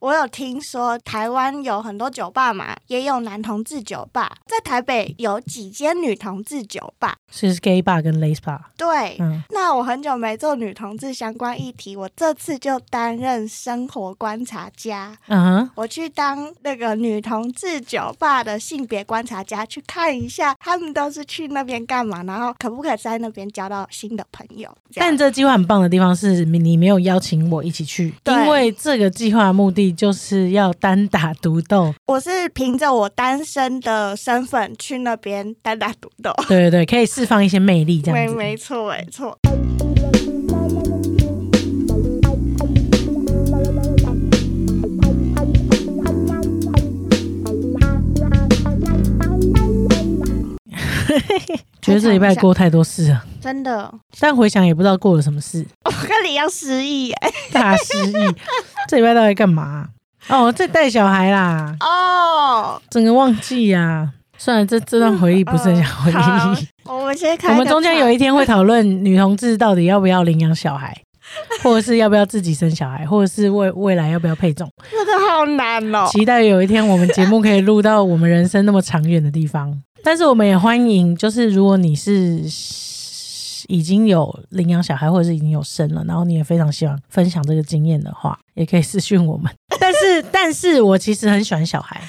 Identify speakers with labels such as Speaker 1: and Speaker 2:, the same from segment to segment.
Speaker 1: 我有听说台湾有很多酒吧嘛，也有男同志酒吧，在台北有几间女同志酒吧。
Speaker 2: 是 gay bar 跟 lace bar。
Speaker 1: 对，
Speaker 2: 嗯，
Speaker 1: 那我很久没做女同志相关议题，我这次就担任生活观察家。
Speaker 2: 嗯哼，
Speaker 1: 我去当那个女同志酒吧的性别观察家，去看一下他们都是去那边干嘛，然后可不可以在那边交到新的朋友。这样
Speaker 2: 但这计划很棒的地方是你你没有邀请我一起去，
Speaker 1: 对
Speaker 2: 因为这个计划的目的就是要单打独斗。
Speaker 1: 我是凭着我单身的身份去那边单打独斗。
Speaker 2: 对对对，可以释放一些魅力这
Speaker 1: 没
Speaker 2: 样子。
Speaker 1: 没错没错，
Speaker 2: 觉得这礼拜过太多事了，
Speaker 1: 真的，
Speaker 2: 但回想也不知道过了什么事，
Speaker 1: 我跟你一样失忆 耶。
Speaker 2: 大失忆。 这礼拜到底干嘛？哦，在带小孩啦，
Speaker 1: 哦，
Speaker 2: 整个忘记呀、算了，这这段回忆不是很想回忆。
Speaker 1: 好我们先开
Speaker 2: 我
Speaker 1: 个场，
Speaker 2: 们中间有一天会讨论女同志到底要不要领养小孩， 或者是要不要自己生小孩，或者是未未来要不要配种。
Speaker 1: 这个好难哦。
Speaker 2: 期待有一天我们节目可以录到我们人生那么长远的地方。但是我们也欢迎，就是如果你是已经有领养小孩，或者是已经有生了，然后你也非常希望分享这个经验的话，也可以私讯我们。但是，但是我其实很喜欢小孩，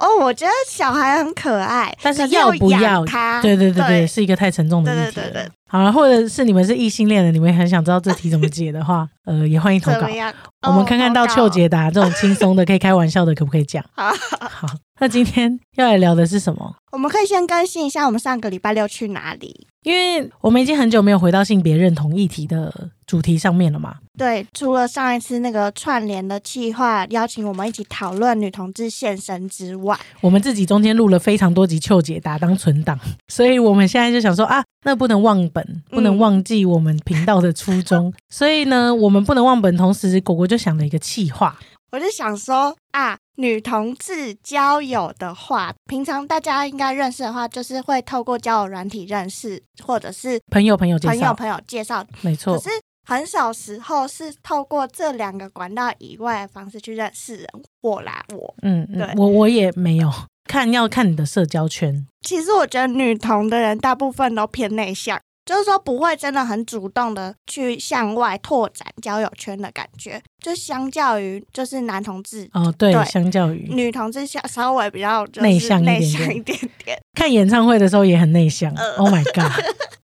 Speaker 1: 哦，我觉得小孩很可爱，
Speaker 2: 但是
Speaker 1: 可是
Speaker 2: 要不
Speaker 1: 养
Speaker 2: 要
Speaker 1: 他？
Speaker 2: 对对对对，
Speaker 1: 对
Speaker 2: 是一个太沉重的议题了。
Speaker 1: 对对对对
Speaker 2: 好了，或者是你们是异性恋的，你们也很想知道这题怎么解 的话，呃，也欢迎投
Speaker 1: 怎
Speaker 2: 稿
Speaker 1: 么。样？哦
Speaker 2: 我们看看到
Speaker 1: 秋
Speaker 2: 邱解答这种轻松的，可以开玩笑的，可不可以讲？
Speaker 1: 好，
Speaker 2: 好，那今天要来聊的是什么？
Speaker 1: 我们可以先更新一下我们上个礼拜六去哪里。
Speaker 2: 因为我们已经很久没有回到性别认同议题的主题上面了嘛。
Speaker 1: 对，除了上一次那个串联的计划邀请我们一起讨论女同志现身之外，
Speaker 2: 我们自己中间录了非常多集邱解答当存档， 所以我们现在就想说啊，那不能忘
Speaker 1: 嗯
Speaker 2: 本，不能忘记我们频道的初衷。 所以呢，我们不能忘本，同时果果就想了一个气话，
Speaker 1: 我就想说啊，女同志交友的话，平常大家应该认识的话，就是会透过交友软体认识，或者是
Speaker 2: 朋友朋友介
Speaker 1: 朋友
Speaker 2: 绍，
Speaker 1: 朋友介绍。
Speaker 2: 没
Speaker 1: 可
Speaker 2: 错，
Speaker 1: 是很少时候是透过这两个管道以外的方式去认识人。我啦，我
Speaker 2: 嗯，
Speaker 1: 对
Speaker 2: 嗯我我也没有看，要看你的社交圈，
Speaker 1: 其实我觉得女同的人大部分都偏内向。就是说，不会真的很主动的去向外拓展交友圈的感觉，就相较于就是男同志、
Speaker 2: 哦，对，
Speaker 1: 对嗯
Speaker 2: 相较于
Speaker 1: 女同志稍稍微比较就是
Speaker 2: 内向一点
Speaker 1: 内
Speaker 2: 点
Speaker 1: 向一点点，
Speaker 2: 看演唱会的时候也很内向、
Speaker 1: 呃
Speaker 2: o h my god，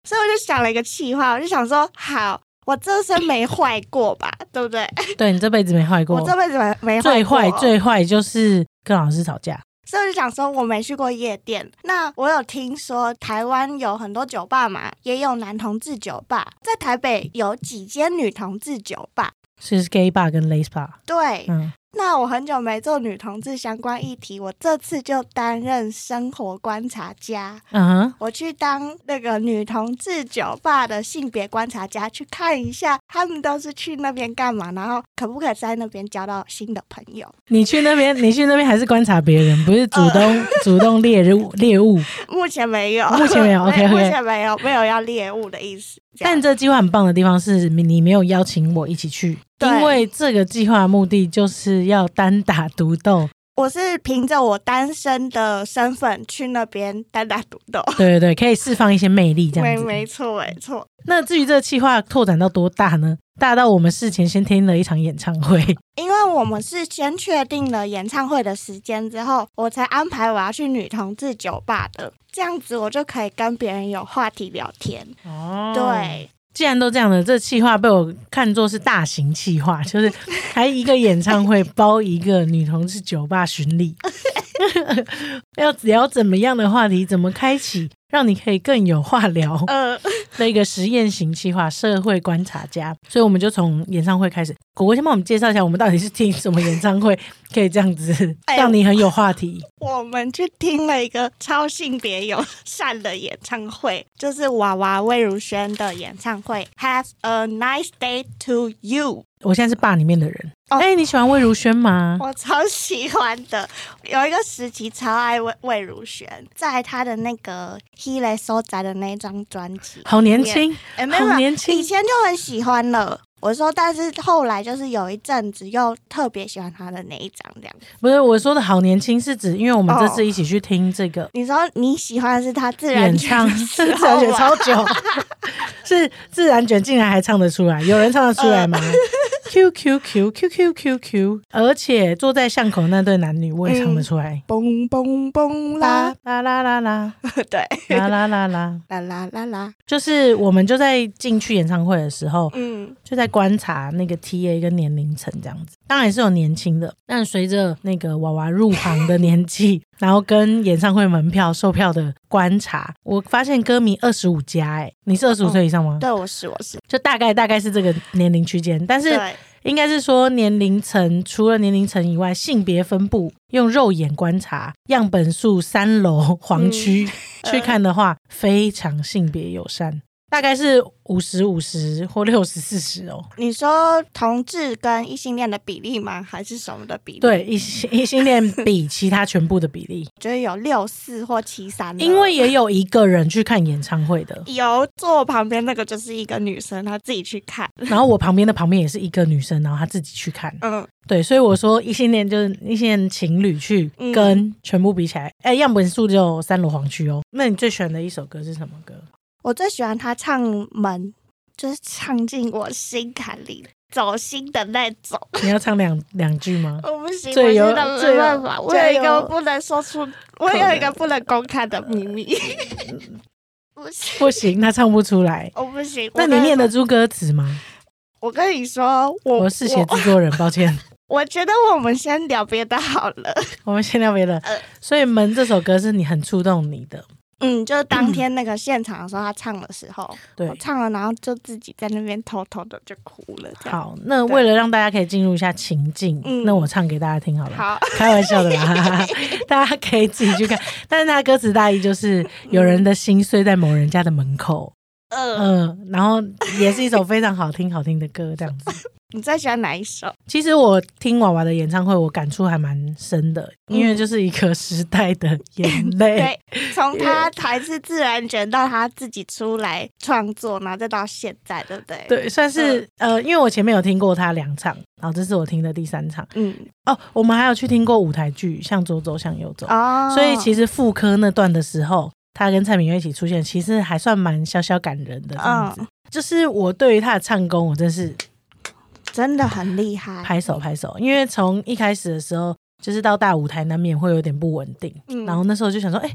Speaker 1: 所以我就想了一个气话，我就想说，好，我这生没坏过吧，对不对？
Speaker 2: 对你这辈子没坏过，
Speaker 1: 我这辈子没没
Speaker 2: 最
Speaker 1: 坏
Speaker 2: 坏
Speaker 1: 过，
Speaker 2: 最坏就是跟老师吵架，
Speaker 1: 所以我就想说，我没去过夜店。那我有听说台湾有很多酒吧嘛，也有男同志酒吧，在台北有几间女同志酒吧。
Speaker 2: 是 gay bar 跟 lace bar，
Speaker 1: 对，
Speaker 2: 嗯，
Speaker 1: 那我很久没做女同志相关议题，我这次就担任生活观察家。
Speaker 2: 嗯哼，
Speaker 1: 我去当那个女同志酒吧的性别观察家，去看一下他们都是去那边干嘛，然后可不可以在那边交到新的朋友？
Speaker 2: 你去那边，你去那边还是观察别人，不是主动、
Speaker 1: 呃
Speaker 2: 主动猎物猎物。
Speaker 1: 目前没有，
Speaker 2: 目前没 有，OK，OK
Speaker 1: 目前没有，没有要猎物的意思。这样
Speaker 2: 但这计划很棒的地方是你你没有邀请我一起去，
Speaker 1: 对
Speaker 2: 因为这个计划的目的就是要单打独斗。
Speaker 1: 我是凭着我单身的身份去那边单打独斗。
Speaker 2: 对对对，可以释放一些魅力这
Speaker 1: 没
Speaker 2: 样子。
Speaker 1: 没错没错，
Speaker 2: 那至于这个计划拓展到多大呢？大到我们事前先听了一场演唱会，
Speaker 1: 因为我们是先确定了演唱会的时间之后，我才安排我要去女同志酒吧的，这样子我就可以跟别人有话题聊天。
Speaker 2: 哦
Speaker 1: 对，
Speaker 2: 既然都这样了，这企划被我看作是大型企划， 就是还一个演唱会包一个女同志酒吧巡礼， 要聊怎么样的话题，怎么开启，让你可以更有话聊
Speaker 1: 呃，
Speaker 2: 的一个实验型企划，社会观察家。所以我们就从演唱会开始，果果先帮我们介绍一下，我们到底是听什么演唱会，可以这样子
Speaker 1: 哎呦
Speaker 2: 让你很有话题。
Speaker 1: 我们去听了一个超性别友善的演唱会，就是娃娃魏如萱的演唱会。Have a nice day to you。
Speaker 2: 我现在是爸里面的人，哎、
Speaker 1: 哦
Speaker 2: 你喜欢魏如萱吗？
Speaker 1: 我超喜欢的，有一个时期超爱魏魏如萱，在她的那个《黑雷收宅》的那张专辑，
Speaker 2: 好年
Speaker 1: 也
Speaker 2: 轻，
Speaker 1: 哎，没有
Speaker 2: 好
Speaker 1: 没有，
Speaker 2: 年轻
Speaker 1: 以，前就很喜欢了。我说，但是后来就是有一阵子又特别喜欢他的那一张这样。
Speaker 2: 不是我说的好年轻，是指因为我们这
Speaker 1: 哦
Speaker 2: 次一起去听这个
Speaker 1: 你说你喜欢的是他自然
Speaker 2: 演
Speaker 1: 卷
Speaker 2: 唱，
Speaker 1: 的时
Speaker 2: 是自然
Speaker 1: 候啊
Speaker 2: 卷
Speaker 1: 吗
Speaker 2: 超久， 是自然卷竟然还唱得出来，有人唱得出来 吗？Q Q Q Q Q Q Q，而且坐在巷口那对男女我也唱得出来，
Speaker 1: 嘣嘣嘣啦
Speaker 2: 啦，啦啦啦啦
Speaker 1: 对，
Speaker 2: 啦啦啦啦，
Speaker 1: 啦啦啦啦，
Speaker 2: 就是我们就在进去演唱会的时候，
Speaker 1: 嗯，
Speaker 2: 就在观察那个 TA 跟年龄层这样子，当然是有年轻的，但随着那个娃娃入行的年纪， 然后跟演唱会门票售票的观察，我发现歌迷二十五加，哎，你是二十五岁以上吗？
Speaker 1: 哦对，我是我是，
Speaker 2: 就大概大概是这个年龄区间，但是
Speaker 1: 对，
Speaker 2: 应该是说年龄层除了年龄层以外，性别分布用肉眼观察样本数三楼黄区、
Speaker 1: 嗯
Speaker 2: 去看的话，非常性别友善。大概是五十五十或六十四十哦，
Speaker 1: 你说同志跟异性恋的比例吗？还是什么的比例？
Speaker 2: 对，异性异性恋 比其他全部的比例，
Speaker 1: 就是有六四或七三的，
Speaker 2: 因为也有一个人去看演唱会的，
Speaker 1: 有坐我旁边那个就是一个女生，她自己去看，
Speaker 2: 然后我旁边的旁边也是一个女生，然后她自己去看，
Speaker 1: 嗯，
Speaker 2: 对，所以我说异性恋就是异性恋情侣去
Speaker 1: 嗯
Speaker 2: 跟全部比起来，哎、样本数只有三楼黄区哦。那你最喜欢的一首歌是什么歌？
Speaker 1: 我最喜欢她唱《门》，就是唱进我心坎里，走心的那 种。
Speaker 2: 你要唱两两句 吗？
Speaker 1: 我不行，我
Speaker 2: 最有
Speaker 1: 真的
Speaker 2: 最
Speaker 1: 没
Speaker 2: 有
Speaker 1: 办法，我
Speaker 2: 最
Speaker 1: 有一个
Speaker 2: 有
Speaker 1: 不能说出，我有一个不能公开的秘密。 不行，
Speaker 2: 不行，他唱不出来。
Speaker 1: 我不行。
Speaker 2: 那
Speaker 1: 我
Speaker 2: 你
Speaker 1: 跟
Speaker 2: 念得出歌词吗？
Speaker 1: 我跟你说，我
Speaker 2: 我是写制作人，抱 歉，
Speaker 1: 我我觉得我们先聊别的好了。
Speaker 2: 我们先聊别的
Speaker 1: 呃。
Speaker 2: 所以《门》这首歌是你很触动你的，
Speaker 1: 嗯，就是 当天那个现场的时候，他唱的时候，
Speaker 2: 对
Speaker 1: 我。唱了，然后就自己在那边偷偷的就哭了。这样，
Speaker 2: 好，那为了让大家可以进入一下情境，
Speaker 1: 嗯
Speaker 2: 那我唱给大家听好了。
Speaker 1: 好，
Speaker 2: 开玩笑的啦，哈哈哈大家可以自己去看。但是他歌词大意就是有人的心碎在某人家的门口，
Speaker 1: 呃，
Speaker 2: 嗯，然后也是一首非常好听、好听的歌，这样子。
Speaker 1: 你最喜欢哪一 首？
Speaker 2: 其实我听娃娃的演唱会，我感触还蛮深的，因为就是一个时代的眼泪。
Speaker 1: 对，从他还是自然卷到他自己出来创作，然后再到现在，对不对？，
Speaker 2: 对，算是呃，因为我前面有听过他两场，然后这是我听的第三场
Speaker 1: 嗯，
Speaker 2: 哦。我们还有去听过舞台剧《向左走，向右走》
Speaker 1: 哦，
Speaker 2: 所以其实副科那段的时候，他跟蔡明月一起出现，其实还算蛮小小感人的这样
Speaker 1: 嗯
Speaker 2: 子。就是我对于他的唱功，我真是
Speaker 1: 真的很厉害。
Speaker 2: 拍手拍手，因为从一开始的时候，就是到大舞台难免会有点不稳定，
Speaker 1: 嗯
Speaker 2: 然后那时候就想说，哎、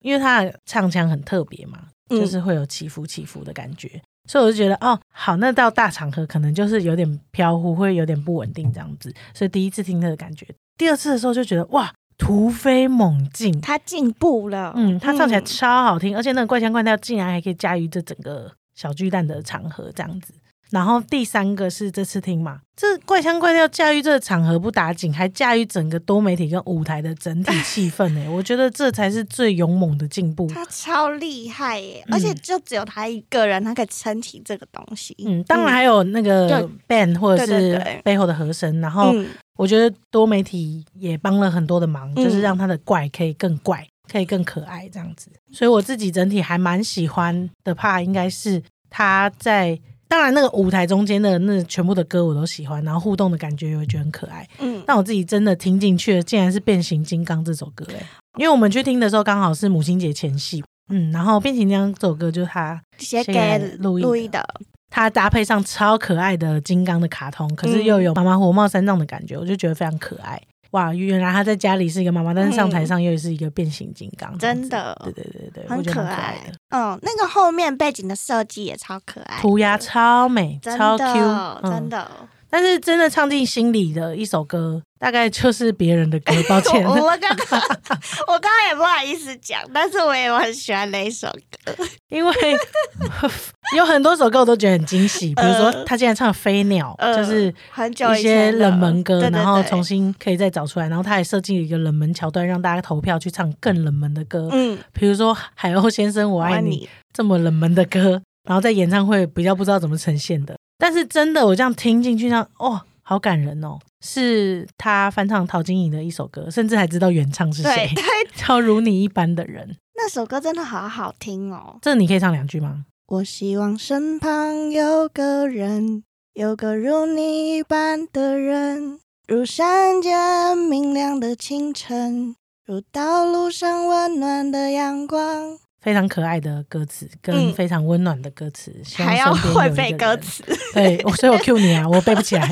Speaker 2: 因为他的唱腔很特别嘛，
Speaker 1: 嗯
Speaker 2: 就是会有起伏起伏的感觉。所以我就觉得哦，好，那到大场合可能就是有点飘忽，会有点不稳定这样子。所以第一次听他的感觉，第二次的时候就觉得哇，突飞猛进，
Speaker 1: 他进步了，
Speaker 2: 嗯，它唱起来超好听，而且那个怪腔怪调竟然还可以驾驭这整个小巨蛋的场合这样子。然后第三个是这次听嘛，这怪腔怪调驾驭这个场合不打紧，还驾驭整个多媒体跟舞台的整体气氛呢、 我觉得这才是最勇猛的进步。
Speaker 1: 他超厉害耶！
Speaker 2: 嗯
Speaker 1: 而且就只有他一个人，他可以撑起这个东西。
Speaker 2: 嗯，当然还有那个 band 或者
Speaker 1: 对对
Speaker 2: 是
Speaker 1: 对
Speaker 2: 背后的和声，然后
Speaker 1: 嗯，
Speaker 2: 我觉得多媒体也帮了很多的忙，
Speaker 1: 嗯
Speaker 2: 就是让他的怪可以更怪，可以更可爱这样子。所以我自己整体还蛮喜欢的怕应该是他在当然那个舞台中间的那全部的歌我都喜欢，然后互动的感觉也会觉得很可爱。
Speaker 1: 嗯
Speaker 2: 但我自己真的听进去的竟然是《变形金刚》这首歌哎、因为我们去听的时候刚好是母亲节前夕，嗯，然后《变形金刚》这首歌就是他
Speaker 1: 写
Speaker 2: 写给
Speaker 1: 给
Speaker 2: 路易的
Speaker 1: 路易的，
Speaker 2: 它搭配上超可爱的金刚的卡通，可是又有妈妈火冒三丈的感觉，我就觉得非常可爱。哇，原来她在家里是一个妈妈，但是上台上又是一个变形金刚，这样子
Speaker 1: 真的
Speaker 2: 对对对对，我
Speaker 1: 很
Speaker 2: 觉得
Speaker 1: 可
Speaker 2: 蛮可
Speaker 1: 爱
Speaker 2: 的。。
Speaker 1: 嗯，那个后面背景的设计也超可爱的，
Speaker 2: 涂鸦超美，
Speaker 1: 真
Speaker 2: 超 Q，
Speaker 1: 的
Speaker 2: 嗯
Speaker 1: 真的。
Speaker 2: 但是真的唱进心里的一首歌，大概就是别人的歌，抱
Speaker 1: 我
Speaker 2: 歉。
Speaker 1: 我刚刚我刚刚也不好意思讲，但是我也很喜欢那一首歌。
Speaker 2: 因为 有很多首歌我都觉得很惊喜，比如说他竟然唱《飞鸟》，
Speaker 1: 呃
Speaker 2: 就是
Speaker 1: 很久以
Speaker 2: 一些
Speaker 1: 前了
Speaker 2: 冷门歌，
Speaker 1: 对对
Speaker 2: 然后
Speaker 1: 对
Speaker 2: 重新可以再找出来，然后他还设计了一个冷门桥段，让大家投票去唱更冷门的歌，
Speaker 1: 嗯，
Speaker 2: 比如说《海鸥先生我爱你》，这么冷门的歌，然后在演唱会比较不知道怎么呈现的。但是真的，我这样听进去，这样哦，好感人哦，是他翻唱陶晶莹的一首歌，甚至还知道原唱是
Speaker 1: 对
Speaker 2: 谁，叫如你一般的人。
Speaker 1: 那首歌真的好好听哦。
Speaker 2: 这你可以唱两句吗？
Speaker 1: 我希望身旁有个人有个如你一般的人，如山间明亮的清晨，如道路上温暖的阳光。
Speaker 2: 非常可爱的歌词，跟
Speaker 1: 嗯
Speaker 2: 非常温暖的歌词，希望
Speaker 1: 还要
Speaker 2: 身边
Speaker 1: 会
Speaker 2: 有一
Speaker 1: 背
Speaker 2: 个
Speaker 1: 歌
Speaker 2: 人。
Speaker 1: 词，
Speaker 2: 对，我所以我 Q 你啊，我背不 起来，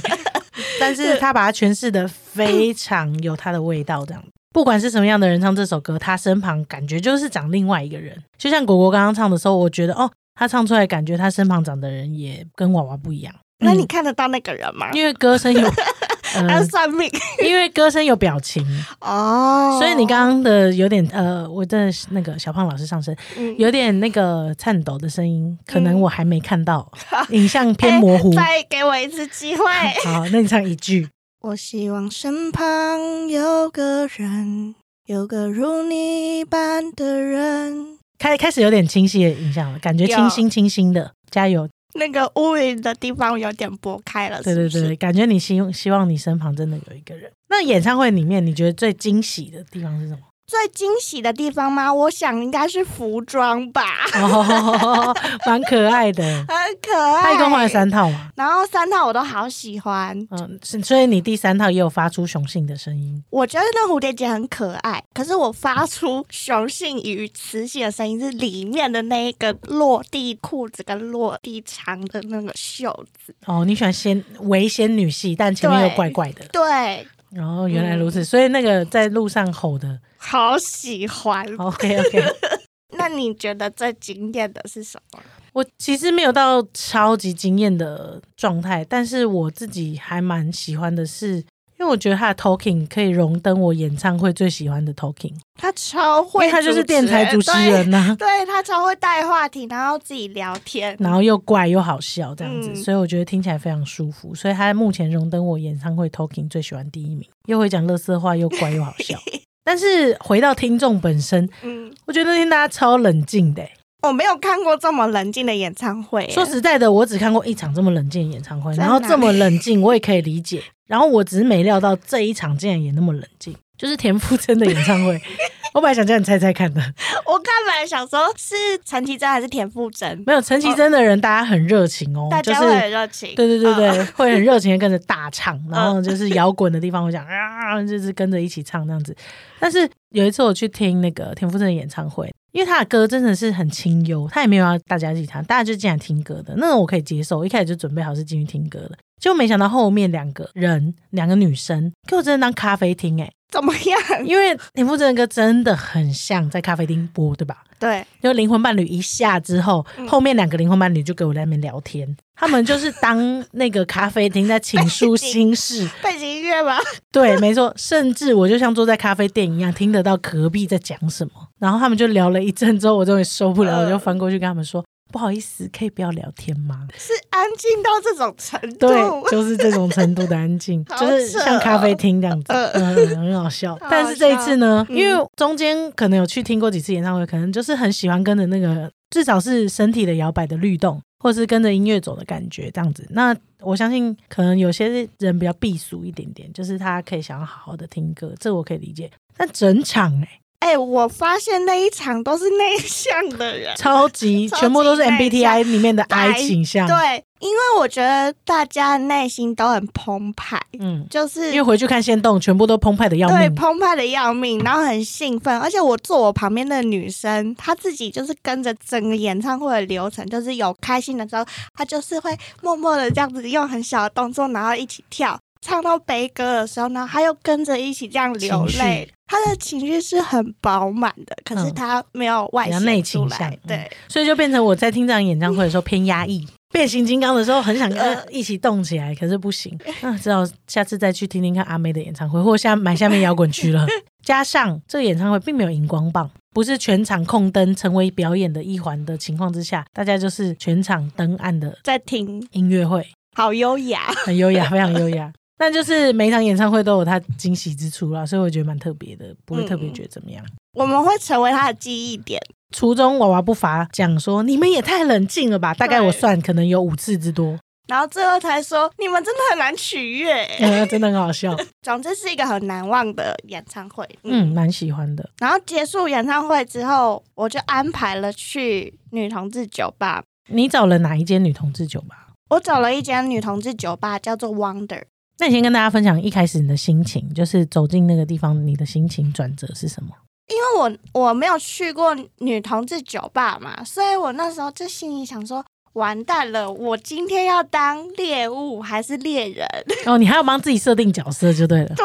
Speaker 2: 但是他把它诠释的非常有他的味道，这样。不管是什么样的人唱这首歌，他身旁感觉就是长另外一个人。就像果果刚刚唱的时候，我觉得哦，他唱出来感觉他身旁长的人也跟娃娃不一样。
Speaker 1: 那
Speaker 2: 嗯
Speaker 1: 你看得到那个人吗？
Speaker 2: 因为歌声 有，
Speaker 1: 还要
Speaker 2: 呃，
Speaker 1: 算命
Speaker 2: 因为歌声有表情，
Speaker 1: 哦，
Speaker 2: 所以你刚刚的有点呃，我的那个小胖老师上身，
Speaker 1: 嗯
Speaker 2: 有点那个颤抖的声音，可能
Speaker 1: 嗯哎
Speaker 2: 我还没看到，影像偏模 糊。
Speaker 1: 再给我一次机会。
Speaker 2: 好，那你唱一句。
Speaker 1: 我希望身旁有个人，有个如你一般的人。
Speaker 2: 开开始有点清晰的影像了，感觉
Speaker 1: 有
Speaker 2: 清新清新的，加油！
Speaker 1: 那个乌云的地方有点拨开了，
Speaker 2: 对对
Speaker 1: 是
Speaker 2: 对，
Speaker 1: 不
Speaker 2: 对
Speaker 1: 是
Speaker 2: 感觉你希希望你身旁真的有一个人。那演唱会里面，你觉得最惊喜的地方 是什么？
Speaker 1: 最惊喜的地方吗？我想应该是服装吧，
Speaker 2: 哦，蛮可爱的。
Speaker 1: 很可爱。
Speaker 2: 他一共换了三套嘛，
Speaker 1: 然后三套我都好喜欢，
Speaker 2: 嗯，是所以你第三套也有发出雄性的声音，
Speaker 1: 我觉得那蝴蝶结很可爱，可是我发出雄性与雌性的声音是里面的那一个落地裤子跟落地长的那个袖子，
Speaker 2: 哦，你喜欢仙为仙女系，但前面又
Speaker 1: 对
Speaker 2: 怪怪的。
Speaker 1: 对，
Speaker 2: 然后原来如此，所以那个在路上 吼的哦
Speaker 1: 好喜欢。
Speaker 2: ，OK OK，
Speaker 1: 那你觉得最惊艳的是什么？
Speaker 2: 我其实没有到超级惊艳的状态，但是我自己还蛮喜欢的是，因为我觉得他的 talking 可以荣登我演唱会最喜欢的 talking，
Speaker 1: 他超
Speaker 2: 因
Speaker 1: 会，
Speaker 2: 为他就是电台主持人呐、
Speaker 1: 对，对他超会带话题，然后自己聊天，
Speaker 2: 然后又怪又好笑这样子，
Speaker 1: 嗯
Speaker 2: 所以我觉得听起来非常舒服，所以他目前荣登我演唱会 talking 最喜欢第一名，又会讲乐色话，又怪又好 笑。但是回到听众本身，
Speaker 1: 嗯，
Speaker 2: 我觉得那天大家超冷静的欸、
Speaker 1: 我没有看过这么冷静的演唱会耶。
Speaker 2: 说实在的，我只看过一场这么冷静的演唱会，
Speaker 1: 在
Speaker 2: 然后这么冷静，我也可以理解。然后我只是没料到这一场竟然也那么冷静，就是田馥甄的演唱 会。我本来想叫你猜猜看的，
Speaker 1: 我刚本来想说是陈绮贞还是田馥甄，
Speaker 2: 没有陈绮贞的人，大家很热情哦，
Speaker 1: 大
Speaker 2: 就
Speaker 1: 家
Speaker 2: 是
Speaker 1: 会很热情。
Speaker 2: 对对对
Speaker 1: 嗯，
Speaker 2: 对，会很热情的跟着大唱，然后就是摇滚的地方会讲啊，就是跟着一起唱那样子。但是有一次我去听那个田馥甄的演唱会，因为他的歌真的是很清幽，他也没有要大家一起唱，大家就进来听歌的，那种我可以接受。我一开始就准备好是进去听歌的，结果没想到后面两个人，两个女生给我真的当咖啡厅哎、
Speaker 1: 怎么样？
Speaker 2: 因为田馥甄的歌真的很像在咖啡厅播，对吧？
Speaker 1: 对，
Speaker 2: 就灵魂伴侣一下之后，后面两个灵魂伴侣就给我在那边聊天，他们就是当那个咖啡厅在倾诉心事，
Speaker 1: 背景音乐吗？
Speaker 2: 对，没错，甚至我就像坐在咖啡店一样，听得到隔壁在讲什么，然后他们就聊了一阵之后，我终于受不了，
Speaker 1: 呃
Speaker 2: 我就翻过去跟他们说。不好意思，可以不要聊天吗？
Speaker 1: 是安静到这种程度，
Speaker 2: 对，就是这种程度的安静，
Speaker 1: 好
Speaker 2: 就是
Speaker 1: 扯哦
Speaker 2: 像咖啡厅这样子，
Speaker 1: 呃
Speaker 2: 嗯，很好笑。但是这一次呢，因
Speaker 1: 嗯
Speaker 2: 为中间可能有去听过几次演唱会，可能就是很喜欢跟着那个，至少是身体的摇摆的律动，或是跟着音乐走的感觉这样子。那我相信，可能有些人比较避俗一点点，就是他可以想要好好的听歌，这我可以理解。但整场哎、
Speaker 1: 哎、我发现那一场都是内向的人，
Speaker 2: 超级
Speaker 1: 超级
Speaker 2: 全部都是
Speaker 1: 内向
Speaker 2: MBTI 里面的 I
Speaker 1: 白
Speaker 2: 倾向，，
Speaker 1: 对，因为我觉得大家内心都很澎湃，
Speaker 2: 嗯，
Speaker 1: 就是
Speaker 2: 因为回去看仙动，全部都澎湃的要
Speaker 1: 对
Speaker 2: 命，
Speaker 1: 澎湃的要命，然后很兴奋，而且我坐我旁边的女生，她自己就是跟着整个演唱会的流程，就是有开心的时候，她就是会默默的这样子用很小的动作，然后一起跳，唱到悲歌的时候呢，她又跟着一起这样流
Speaker 2: 情
Speaker 1: 泪
Speaker 2: 绪，
Speaker 1: 她的情绪是很饱满的，可是
Speaker 2: 嗯
Speaker 1: 她没有外
Speaker 2: 比较内
Speaker 1: 显出
Speaker 2: 倾向
Speaker 1: 来，
Speaker 2: 嗯
Speaker 1: 对。
Speaker 2: 所以就变成我在听这场演唱会的时候偏压抑。变形金刚的时候很想跟他一起动起来，可是不行，那、只好下次再去听听看阿妹的演唱会，或下买下面摇滚区了。加上这个演唱会并没有荧光棒，不是全场控灯成为表演的一环的情况之下，大家就是全场灯暗的
Speaker 1: 在听，
Speaker 2: 音乐会，
Speaker 1: 好优 雅。
Speaker 2: 很优雅，非常优雅。但就是每一场演唱会都有它惊喜之处啦，所以我觉得蛮特别的，不会特别觉得怎么样。
Speaker 1: 我们会成为他的记忆点，
Speaker 2: 途中娃娃不乏讲说：“你们也太冷静了吧！”大概我算可能有五次之 多，
Speaker 1: 然后最后才说你们真的很难取悦。
Speaker 2: 呃真的很好笑，
Speaker 1: 总之是一个很难忘的演唱会。嗯，
Speaker 2: 嗯，蛮喜欢的。
Speaker 1: 然后结束演唱会之后，我就安排了去女同志酒吧。
Speaker 2: 你找了哪一间女同志酒吧？
Speaker 1: 我找了一间女同志酒吧，叫做 Wonder。
Speaker 2: 那你先跟大家分享一开始你的心情，就是走进那个地方，你的心情转折是 什么？
Speaker 1: 因为我我没有去过女同志酒吧嘛，所以我那时候就心里想说，完蛋了，我今天要当猎物还是猎人？
Speaker 2: 哦，你还要帮自己设定角色就对了。
Speaker 1: 对，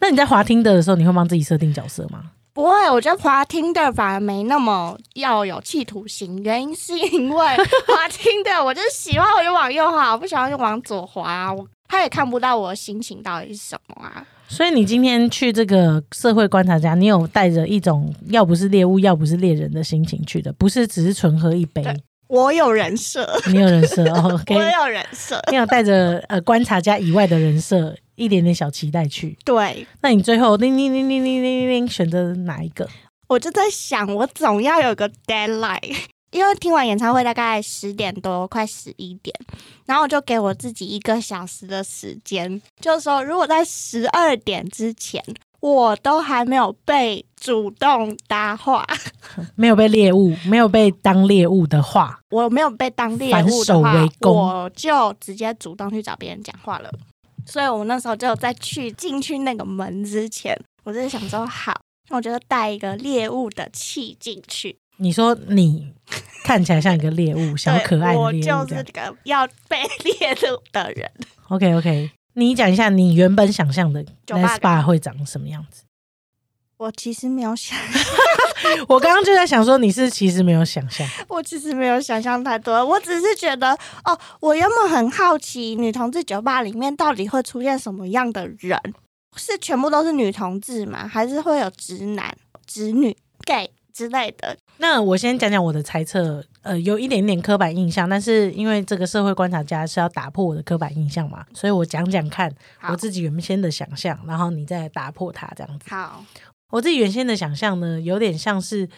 Speaker 2: 那你在滑听的的时候，你会帮自己设定角色吗？
Speaker 1: 不会，我觉得滑 Tinder 反而没那么要有企图心，原因是因为 滑 Tinder 我就是喜欢我就往右滑，我不喜欢就往左滑，啊我他也看不到我的心情到底是什么啊。
Speaker 2: 所以你今天去这个社会观察家，你有带着一种要不是猎物，要不是猎人的心情去的，不是只是纯喝一杯。
Speaker 1: 对我有人设，
Speaker 2: 你有人设哦，OK，
Speaker 1: 我有人设，
Speaker 2: 你有带着呃观察家以外的人设，一点点小期待去。
Speaker 1: 对
Speaker 2: 那你最后叮叮叮叮叮叮叮叮选择哪一个？
Speaker 1: 我就在想，我总要有个 deadline，因为听完演唱会大概十点多，快十一点，然后我就给我自己一个小时的时间，就是说，如果在十二点之前，我都还没有被主动搭话，
Speaker 2: 没有被猎物，没有被当猎物的话，
Speaker 1: 我没有被当猎
Speaker 2: 反
Speaker 1: 物
Speaker 2: 手
Speaker 1: 的话
Speaker 2: 为，攻
Speaker 1: 我就直接主动去找别人讲话了。所以我那时候就在去进去那个门之前，我就是想说，好，那我就带一个猎物的气进去。
Speaker 2: 你说你看起来像一个猎物，小
Speaker 1: 对
Speaker 2: 可爱的
Speaker 1: 我
Speaker 2: 猎
Speaker 1: 就
Speaker 2: 物
Speaker 1: 是
Speaker 2: 这样。
Speaker 1: 个要被 猎入的人。
Speaker 2: OK OK，你讲一下你原本想象的
Speaker 1: 酒
Speaker 2: Les
Speaker 1: 吧
Speaker 2: Spa 会长什么样子？
Speaker 1: 我其实没有想，
Speaker 2: 我刚刚就在想说，你是其实没有想象，
Speaker 1: 我其实没有想象太多，我只是觉得，哦，我原本很好奇女同志酒吧里面到底会出现什么样的人，是全部都是女同志吗？还是会有直男、直女、gay 之类的？
Speaker 2: 那我先讲讲我的猜测，呃，有一点点刻板印象，但是因为这个社会观察家是要打破我的刻板印象嘛，所以我讲讲看
Speaker 1: 好
Speaker 2: 我自己原先的想象，然后你再打破它这样子。
Speaker 1: 好，
Speaker 2: 我自己原先的想象呢，有点像是，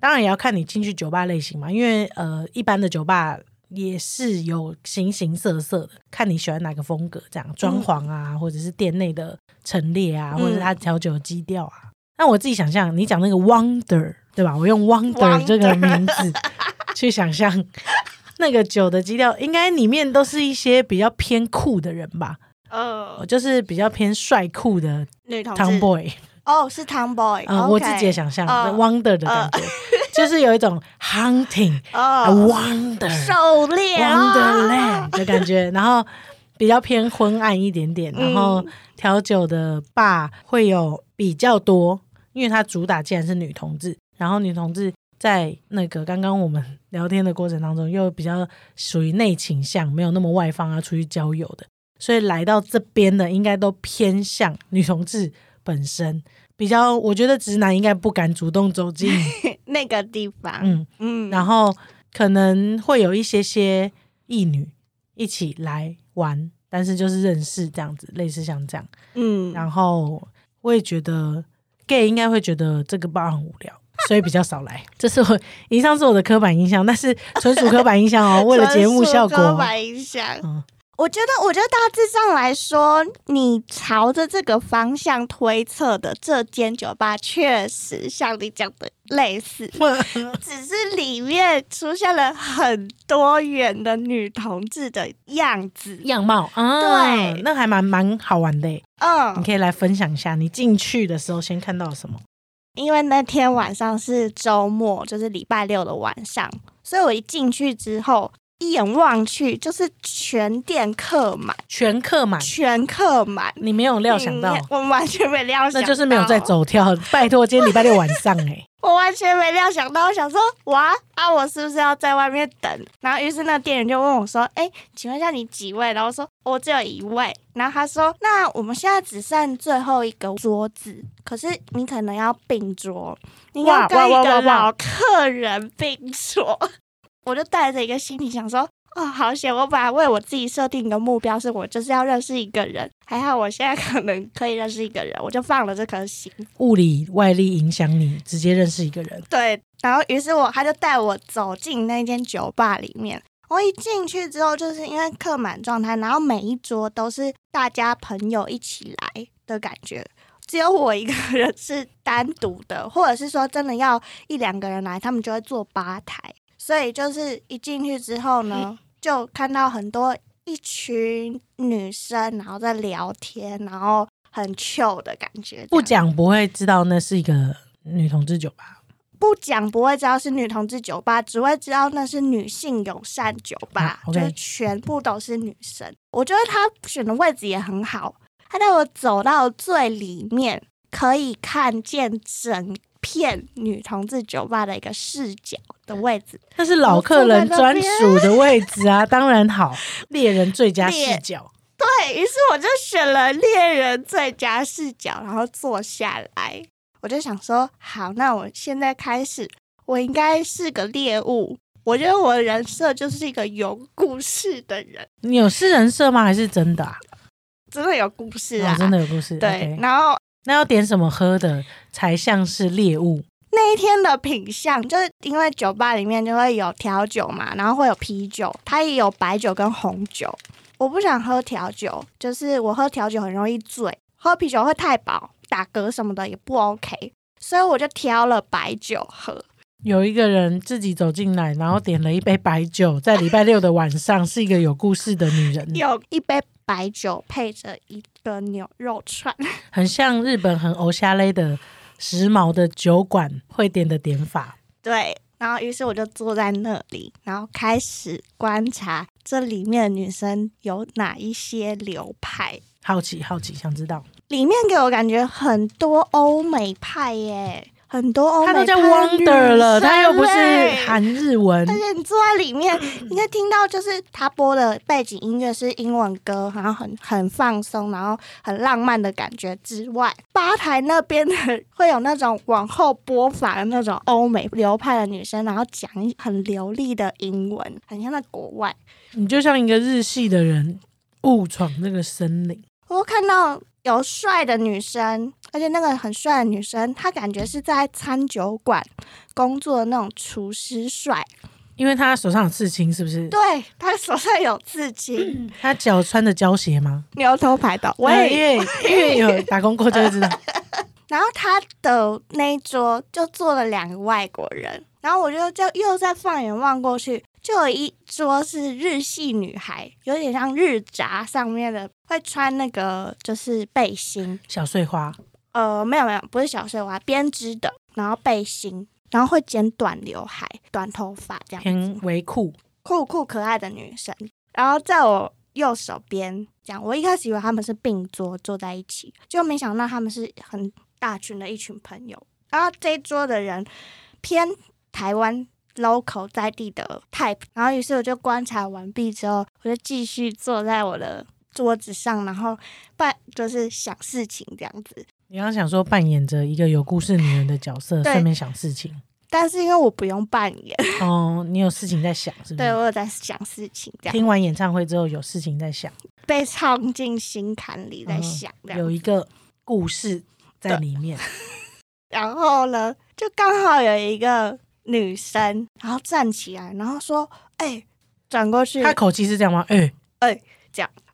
Speaker 2: 当然也要看你进去酒吧类型嘛，因为呃，一般的酒吧也是有形形色色的，看你喜欢哪个风格，这样装潢啊，或者是店内的陈列啊，
Speaker 1: 嗯
Speaker 2: 或者是它调酒的基调啊。那我自己想象，你讲那个 Wonder 对吧？我用 Wonder
Speaker 1: Wonder
Speaker 2: 这个名字去想象那个酒的基调，应该里面都是一些比较偏酷的人吧，
Speaker 1: 呃，
Speaker 2: 就是比较偏帅酷的
Speaker 1: 女同志
Speaker 2: Tomboy。
Speaker 1: 哦，是 tomboy，
Speaker 2: 啊、
Speaker 1: OK
Speaker 2: 我自己也想象、
Speaker 1: 呃
Speaker 2: wonder 的感觉，就是有一种 hunting、 啊
Speaker 1: 哦，
Speaker 2: wonder
Speaker 1: 狩猎啊
Speaker 2: wonderland 的感觉，然后比较偏昏暗一点点，然后调酒的吧会有比较多，因为它主打既然是女同志，然后女同志。在那个刚刚我们聊天的过程当中，又比较属于内倾向，没有那么外放啊，出去交友的，所以来到这边的应该都偏向女同志本身，比较我觉得直男应该不敢主动走近，
Speaker 1: 那个地方，
Speaker 2: 嗯，
Speaker 1: 嗯，
Speaker 2: 然后可能会有一些些异女一起来玩，但是就是认识这样子，类似像这样。
Speaker 1: 嗯，
Speaker 2: 然后我也觉得 gay 应该会觉得这个 bar 很无 聊。所以比较少来，这是我 以上是我的刻板印象，但是纯属刻板印象哦，为了节目效果
Speaker 1: 纯属刻
Speaker 2: 哦。
Speaker 1: 板印象
Speaker 2: 嗯
Speaker 1: 我觉得，我觉得大致上来说，你朝着这个方向推测的这间酒吧，确实像你讲的类 似，只是里面出现了很多元的女同志的样子。
Speaker 2: 样貌啊，
Speaker 1: 对
Speaker 2: 那还蛮蛮好玩的耶。欸你
Speaker 1: 嗯，
Speaker 2: 可以来分享一下，你进去的时候先看到了什么？
Speaker 1: 因为那天晚上是周末，就是礼拜六的晚上，所以我一进去之后，一眼望去就是全店客满，
Speaker 2: 全客满，
Speaker 1: 全客满。
Speaker 2: 你没有料想到
Speaker 1: 嗯，我完全没料想到，
Speaker 2: 那就是没有在走跳。拜托，今天礼拜六晚上哎、
Speaker 1: 我完全没料想到，我想说，哇啊，我是不是要在外面等？然后于是那店员就问我说，哎，请问一下你几位？然后我说我只有一位。然后他说，那我们现在只剩最后一个桌子，可是你可能要并桌，你
Speaker 2: 哇
Speaker 1: 要跟一
Speaker 2: 哇哇哇
Speaker 1: 个
Speaker 2: 哇
Speaker 1: 老客人并桌。我就带着一个心情想说，哦，好险！我本来为我自己设定一个目标，是我就是要认识一个人，还好我现在可能可以认识一个人，我就放了这颗心。
Speaker 2: 物理外力影响你，直接认识一个人。
Speaker 1: 对，然后于是我他就带我走进那间酒吧里面。我一进去之后，就是因为客满状态，然后每一桌都是大家朋友一起来的感觉，只有我一个人是单独的，或者是说真的 要一两个人来，他们就会坐吧台。所以就是一进去之后呢，就看到很多一群女生，然后在聊天，然后很 chill 的感觉。
Speaker 2: 不
Speaker 1: 这样
Speaker 2: 讲不会知道那是一个女同志酒吧
Speaker 1: 啊不讲不会知道是女同志酒吧，只会知道那是女性友善酒吧
Speaker 2: 啊，，OK
Speaker 1: 就是全部都是女生。我觉得他选的位置也很好，他带我走到最里面，可以看见整片女同志酒吧的一个视角的位置。
Speaker 2: 那是老客人专属的位置啊，当然 好，猎人最佳视角。
Speaker 1: 对于是，我就选了猎人最佳视角，然后坐下来，我就想说，好，那我现在开始，我应该是个猎物。我觉得我的人设就是一个有故事的人，
Speaker 2: 你有是人设吗？还是真的啊？
Speaker 1: 真的有故事
Speaker 2: 哦
Speaker 1: 啊，
Speaker 2: 真的有故事。
Speaker 1: 对
Speaker 2: OK，
Speaker 1: 然后
Speaker 2: 那要点什么喝的才像是猎物？
Speaker 1: 那一天的品相，就是因为酒吧里面就会有调酒嘛，然后会有啤酒，它也有白酒跟红酒。我不想喝调酒，就是我喝调酒很容易醉，喝啤酒会太饱，打嗝什么的也不 OK，所以我就挑了白酒喝。
Speaker 2: 有一个人自己走进来，然后点了一杯白酒，在礼拜六的晚上，是一个有故事的女人，
Speaker 1: 有一杯白酒配着一个牛肉串，
Speaker 2: 很像日本很欧夏类的时髦的酒馆会点的点法。
Speaker 1: 对，然后于是我就坐在那里，然后开始观察这里面的女生有哪一些流派。
Speaker 2: 好奇，好奇，想知道。
Speaker 1: 里面给我感觉很多欧美派耶，很多欧美
Speaker 2: 他
Speaker 1: 派
Speaker 2: 都叫 Wonder 了，
Speaker 1: Oh 女欸生
Speaker 2: 他又不是
Speaker 1: 嘞
Speaker 2: 韩日文
Speaker 1: 而，且你坐在里面，你就听到就是他播的背景音乐是英文歌，然后很很放松，然后很浪漫的感觉之外，吧台那边的会有那种往后播法的那种欧美流派的女生，然后讲很流利的英文，很像在国外。
Speaker 2: 你就像一个日系的人误闯那个森林，
Speaker 1: 我看到有帅的女生，而且那个很帅的女生，她感觉是在餐酒馆工作的那种厨师帅，
Speaker 2: 因为他手上有刺青，是不是？
Speaker 1: 对她手上有刺青，
Speaker 2: 他脚穿着胶鞋吗？
Speaker 1: 牛头牌的，我
Speaker 2: 呃
Speaker 1: 也。
Speaker 2: 因为因为有打工过就会知道，
Speaker 1: 然后她的那一桌就坐了两个外国人，然后我就就又再放眼望过去，就有一桌是日系女孩，有点像日杂上面的，会穿那个就是背心，
Speaker 2: 小碎花
Speaker 1: 呃，没有没有，不是小碎花，编织的，然后背心，然后会剪短刘海、短头发这样，
Speaker 2: 偏围裤，
Speaker 1: 酷酷可爱的女生。然后在我右手边，这样，我一开始以为他们是并桌坐在一起，就没想到他们是很大群的一群朋友。然后这一桌的人偏台湾 local 在地的 type，然后于是我就观察完毕之后，我就继续坐在我的桌子上，然后办就是想事情这样子。
Speaker 2: 你刚刚想说扮演着一个有故事女人的角色，
Speaker 1: 对
Speaker 2: 顺便想事情。
Speaker 1: 但是因为我不用扮演，
Speaker 2: 哦，你有事情在想，是不
Speaker 1: 对
Speaker 2: 是？
Speaker 1: 我有在想事情，这样
Speaker 2: 嗯听完演唱会之后有事情在想，
Speaker 1: 被唱进心坎里，在
Speaker 2: 嗯
Speaker 1: 想这样。
Speaker 2: 有一个故事在里面，
Speaker 1: 然后呢，就刚好有一个女生，然后站起来，然后说：“哎、转过去。
Speaker 2: 他口气是这样吗？哎，”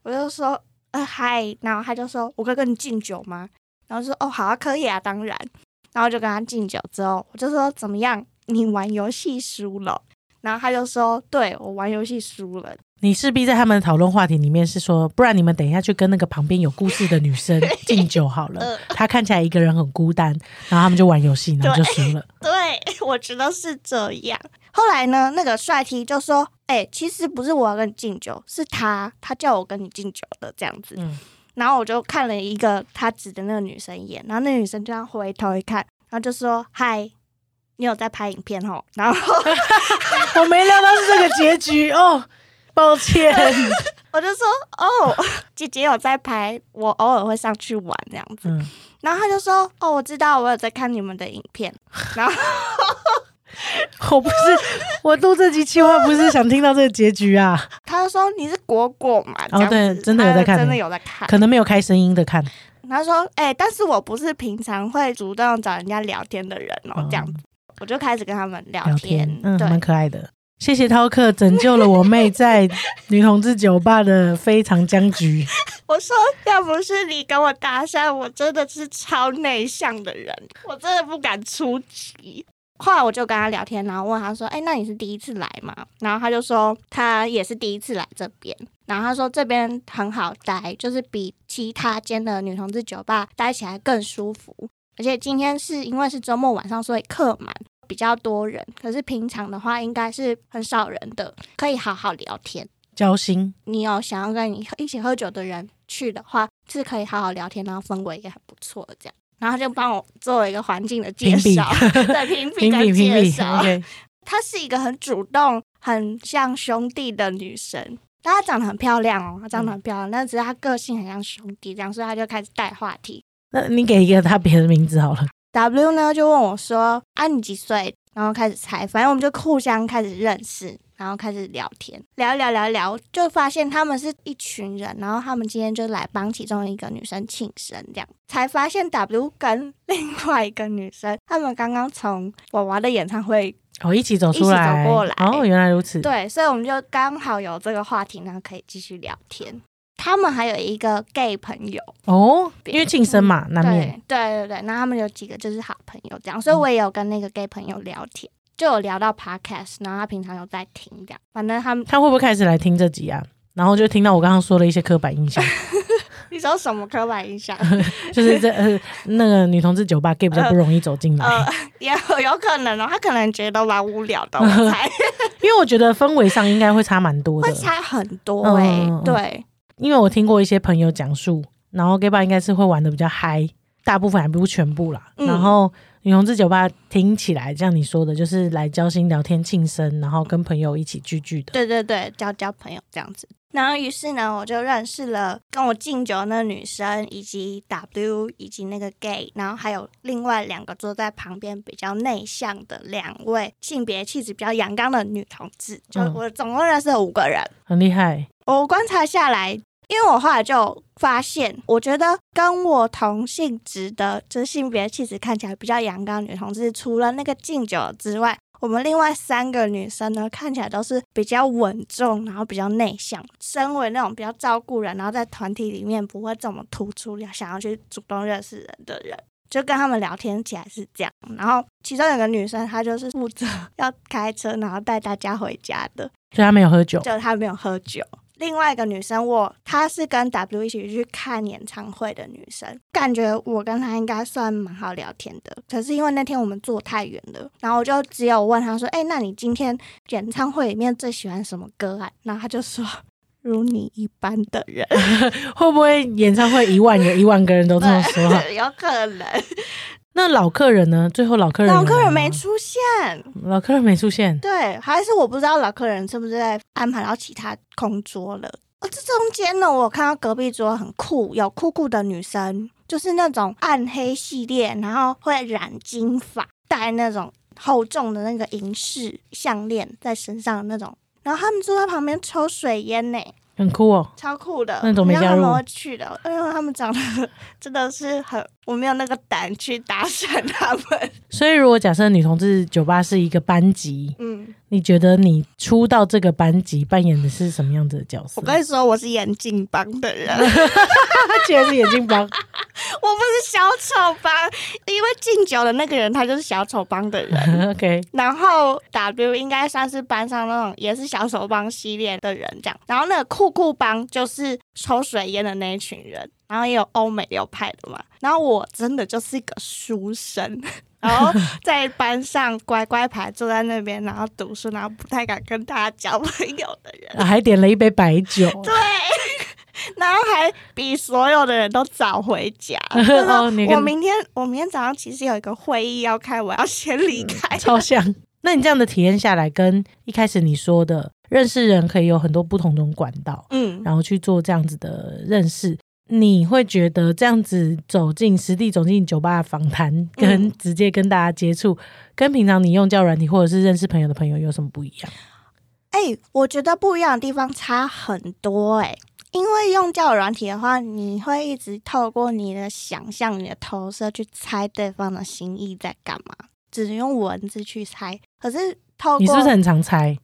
Speaker 1: 我就说：“呃，嗨。”然后她就说：“我可以跟你敬酒吗？”然后说：“哦，好啊，可以啊，当然。”然后就跟她敬酒之后，我就说：“怎么样？你玩游戏输了？”然后她就说：“对我玩游戏输了。”
Speaker 2: 你势必在他们的讨论话题里面是说，不然你们等一下去跟那个旁边有故事的女 生敬酒好
Speaker 1: 呃
Speaker 2: 了。她看起来一个人很孤单，然后他们就玩游戏，然后就输了。
Speaker 1: 对， 我觉得是这样。后来呢，那个帅 T 就说：“哎、其实不是我要跟你敬酒，是他，他叫我跟你敬酒的这样子。
Speaker 2: 嗯，
Speaker 1: 然后我就看了一个他指的那个女生一眼，然后那个女生就这样回头一看，然后就说：“嗨，你有在拍影片吼？” 然后
Speaker 2: 我没料到是这个结局哦，抱歉。
Speaker 1: 我就说：“哦， 姐姐有在拍，我偶尔会上去玩这样子。
Speaker 2: 嗯，”
Speaker 1: 然后他就说：“哦，我知道，我有在看你们的影片。”然后
Speaker 2: 我不是，我录这集计划不是想听到这个结局啊，
Speaker 1: 他就说：“你是果果嘛？”这样
Speaker 2: 哦对
Speaker 1: 子
Speaker 2: 真的有
Speaker 1: 他
Speaker 2: 在看
Speaker 1: 真的有在看。
Speaker 2: 可能没有开声音的看。
Speaker 1: 他说：“哎、但是我不是平常会主动找人家聊天的人哦、
Speaker 2: 嗯
Speaker 1: 这样子，我就开始跟他们聊
Speaker 2: 聊
Speaker 1: 天。
Speaker 2: 天，嗯，
Speaker 1: 对，
Speaker 2: 蛮可爱的。谢谢涛客拯救了我妹在女同志酒吧的非常僵局。
Speaker 1: 我说要不是你跟我搭讪，我真的是超内向的人，我真的不敢出击。后来我就跟他聊天，然后问他说：“哎、那你是第一次来吗？”然后他就说他也是第一次来这边，然后他说这边很好待，就是比其他间的女同志酒吧待起来更舒服。而且今天是因为是周末晚上，所以客满，比较多人。可是平常的话，应该是很少人的，可以好好聊天。
Speaker 2: 交心。
Speaker 1: 你有想要跟你一起喝酒的人去的话，是可以好好聊天，然后氛围也很不错，这样。然后他就帮我做了一个环境的介
Speaker 2: 评比
Speaker 1: 绍， 对，评比
Speaker 2: 评比
Speaker 1: 跟
Speaker 2: 评
Speaker 1: 介
Speaker 2: 比
Speaker 1: 绍。
Speaker 2: ，OK，
Speaker 1: 她是一个很主动、很像兄弟的女生。但她长得很漂亮哦，她长得很漂亮，但只是她个性很像兄弟这样，所以她就开始带话题。
Speaker 2: 那你给一个他别的名字好了。
Speaker 1: W 呢就问我说：“啊，你几岁？”然后开始猜，反正我们就互相开始认识，然后开始聊天，聊一聊聊一聊，就发现他们是一群人，然后他们今天就来帮其中一个女生庆生，这样才发现 W 跟 另外一个女生，他们刚刚从娃娃的演唱会
Speaker 2: 哦，一起走
Speaker 1: 一
Speaker 2: 出
Speaker 1: 起
Speaker 2: 来，
Speaker 1: 走过来
Speaker 2: 哦，原来如此。
Speaker 1: 对，所以我们就刚好有这个话题，然后可以继续聊天。他们还有一个 gay 朋友，
Speaker 2: 哦，因为庆生嘛，难免。
Speaker 1: 嗯对对对对，那他们有几个就是好朋友这样，所以我也有跟那个 gay 朋友聊天，就有聊到 podcast，然后他平常有在听这样，反正 他们
Speaker 2: 他会不会开始来听这集啊？然后就听到我刚刚说的一些刻板 印象，
Speaker 1: 你说什么刻板印象？
Speaker 2: 就是这呃那个女同志酒吧 gay 比较不容易走进来，
Speaker 1: 呃，也有有可能哦，他可能觉得蛮无聊的，我 猜
Speaker 2: 因为我觉得氛围上应该会差蛮多
Speaker 1: 会
Speaker 2: 的。
Speaker 1: 差很多
Speaker 2: 嗯
Speaker 1: 哎、
Speaker 2: 嗯嗯
Speaker 1: 对，
Speaker 2: 因为我听过一些朋友讲述，然后 gay 吧应该是会玩的比较嗨，大部分还不是全部啦。
Speaker 1: 嗯
Speaker 2: 然后女同志酒吧听起来像你说的，就是来交心、聊天、庆生，然后跟朋友一起聚聚的。
Speaker 1: 对对对，交交朋友这样子。然后于是呢，我就认识了跟我敬酒的那女生，以及 W，以及那个 gay，然后还有另外两个坐在旁边比较内向的两位性别气质比较阳刚的女同志。就
Speaker 2: 嗯
Speaker 1: 我总共认识了五个人。
Speaker 2: 很厉害，
Speaker 1: 我观察下来，因为我后来就发现，我觉得跟我同性质的，就是性别气质看起来比较阳刚的女同志，除了那个敬酒之外，我们另外三个女生呢，看起来都是比较稳重，然后比较内向，身为那种比较照顾人，然后在团体里面不会这么突出，想要去主动认识人的人。就跟他们聊天起来是这样，然后其中有个女生，她就是负责 要开车，然后带大家回家的。
Speaker 2: 所以他没有喝酒。
Speaker 1: 就她没有喝酒。另外一个女生，我她是跟 W 一起去看演唱会的女生，感觉我跟她应该算蛮好聊天的。可是因为那天我们坐太远了，然后我就只有问她说：“哎、那你今天演唱会里面最喜欢什么歌啊？”然后她就说：“如你一般的人。”
Speaker 2: 会不会演唱会一 万有一万个人都这么说啊？
Speaker 1: 有可能，
Speaker 2: 那老客人呢？最后老客人 有
Speaker 1: 老客
Speaker 2: 来
Speaker 1: 人
Speaker 2: 吗
Speaker 1: 没出现，
Speaker 2: 老客人没出现，
Speaker 1: 对，还是我不知道老客人是不是在安排到其他空桌了。哦，这中间呢，我看到隔壁桌很酷，有酷酷的女生，就是那种暗黑系列，然后会染金发，戴那种厚重的那个银饰项链在身上的那种。然后他们坐在旁边抽水烟呢，
Speaker 2: 很酷哦。
Speaker 1: 超酷的。
Speaker 2: 那你怎么没
Speaker 1: 我不知道
Speaker 2: 加入
Speaker 1: 他们会去的，因为他们长得 真的是很，我没有那个胆去搭讪他们。
Speaker 2: 所以如果假设女同志酒吧是一个班级，
Speaker 1: 嗯，
Speaker 2: 你觉得你出到这个班级扮演的是什么样子的角色？
Speaker 1: 我跟你说，我是眼镜帮的人。
Speaker 2: 他居然是眼 镜帮，
Speaker 1: 我不是小丑帮，因为敬酒的那个人他就是小丑帮的人。
Speaker 2: OK，
Speaker 1: 然后 W 应该算是班上那种也是小丑帮系列的人这样，然后那个酷酷帮就是抽水烟的那一群人，然后也有欧美流派的嘛。然后我真的就是一个书生，然后在班上乖乖牌坐在那边，然后读书，然后不太敢跟大家交朋友的人。
Speaker 2: 啊还点了一杯白酒。
Speaker 1: 然后还比所有的人都早回 家。
Speaker 2: 哦你跟
Speaker 1: 我明天我明天早上其实有一个会议要开，我要先离开。嗯
Speaker 2: 超像。那你这样的体验下来，跟一开始你说的认识人可以有很多不同种管道，
Speaker 1: 嗯，
Speaker 2: 然后去做这样子的认识，你会觉得这样子走进实地走进酒吧访谈，跟
Speaker 1: 嗯
Speaker 2: 直接跟大家接触，跟平常你用交友软体或者是认识朋友的朋友有什么不一样？
Speaker 1: 哎、我觉得不一样的地方差很多哎、因为用交友软体的话，你会一直透过你的想象、你的投射去猜对方的心意在干嘛，只能用文字去猜。可是透过
Speaker 2: 你是不是很常猜，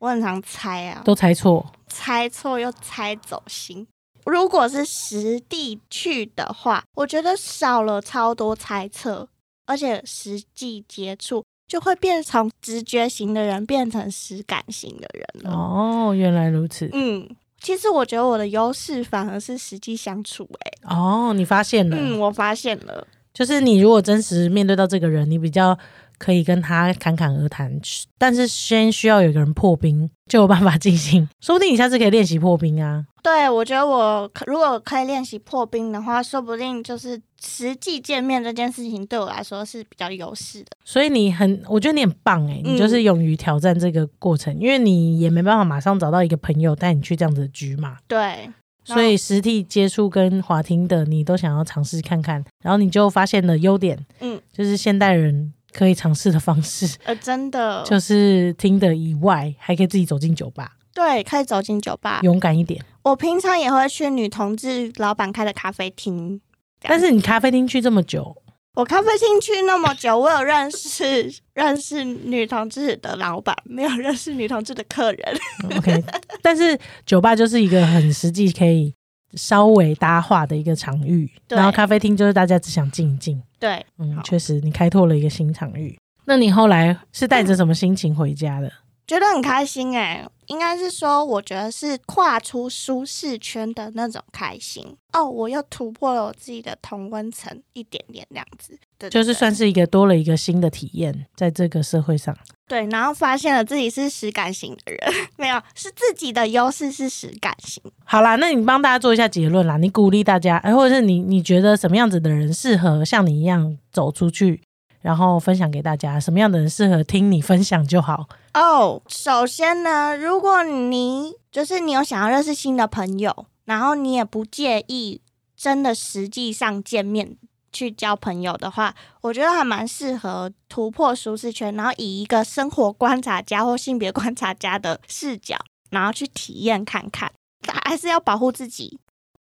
Speaker 1: 我很常猜啊，
Speaker 2: 都猜错？
Speaker 1: 猜错又猜走心。如果是实地去的话，我觉得少了超多猜测，而且实际接触，就会变从直觉型的人变成实感型的人了。
Speaker 2: 哦，原来如此。
Speaker 1: 嗯，其实我觉得我的优势反而是实际相处、欸，
Speaker 2: 哦，你发现了，
Speaker 1: 嗯，我发现了，
Speaker 2: 就是你如果真实面对到这个人，你比较可以跟他侃侃而谈，但是先需要有个人破冰，就有办法进行。说不定你下次可以练习破冰啊。
Speaker 1: 对我觉得我可如果可以练习破冰的话，说不定就是实际见面这件事情对我来说是比较优势的。
Speaker 2: 所以你很，我觉得你很棒哎、你就是勇于挑战这个过程，因为你也没办法马上找到一个朋友带你去这样子的局嘛。
Speaker 1: 对，
Speaker 2: 所以实体接触跟滑听的，你都想要尝试看看，然后你就发现了优点，
Speaker 1: 嗯，
Speaker 2: 就是现代人可以尝试的方式，
Speaker 1: 呃，真的，
Speaker 2: 就是听的以外，还可以自己走进酒吧，
Speaker 1: 对，可以走进酒吧。
Speaker 2: 勇敢一点。
Speaker 1: 我平常也会去女同志老板开的咖啡厅，这样
Speaker 2: 但是你咖啡厅去这么久，
Speaker 1: 我咖啡厅去那么久，我有认识认识女同志的老板，没有认识女同志的客人。
Speaker 2: 嗯 OK，但 是酒吧就是一个很实际可以稍微搭话的一个场域，
Speaker 1: 对
Speaker 2: 然后咖啡厅就是大家只想静一静。
Speaker 1: 对，
Speaker 2: 嗯
Speaker 1: 好，
Speaker 2: 确实，你开拓了一个新场域。那你后来是带着什么心情回家的？
Speaker 1: 觉得很开心哎、应该是说，我觉得是跨出舒适圈的那种开心哦，我又突破了我自己的同温层一点点那样子，对对
Speaker 2: 就是
Speaker 1: 对
Speaker 2: 算是一个多了一个新的体验，在这个社会上。
Speaker 1: 对，然后发现了自己是实感型的人， 没有是自己的优势是实感型，
Speaker 2: 好啦，那你帮大家做一下结论啦。你鼓励大家，哎，或者是你你觉得什么样子的人适合像你一样走出去，然后分享给大家？什么样的人适合听你分享就好。
Speaker 1: 哦首先呢，如果你就是你有想要认识新的朋友，然后你也不介意真的实际上见面去交朋友的话，我觉得还蛮适合突破舒适圈，然后以一个生活观察家或性别观察家的视角，然后去体验看看。但还是要保护自己，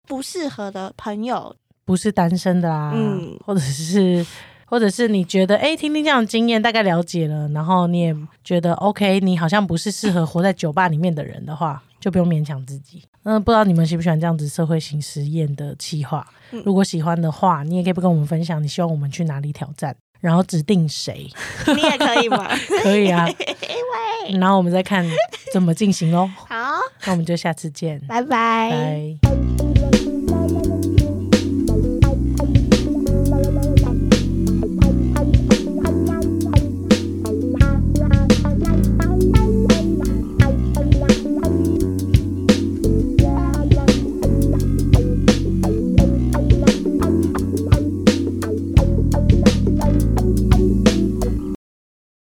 Speaker 1: 不适合的朋友，
Speaker 2: 不是单身的啦，
Speaker 1: 嗯
Speaker 2: 或者是或者是你觉得哎、诶听听这样的经验大概了解了，然后你也觉得 OK，你好像不是适合活在酒吧里面的人的话，就不用勉强自己。嗯，不知道你们喜不喜欢这样子社会型实验的企划？
Speaker 1: 嗯
Speaker 2: 如果喜欢的话，你也可以不跟我们分享，你希望我们去哪里挑战，然后指定谁
Speaker 1: 你也可以吗？
Speaker 2: 可以 啊。然后我们再看怎么进行喽。
Speaker 1: 好，
Speaker 2: 那我们就下次见，
Speaker 1: 拜拜
Speaker 2: 拜。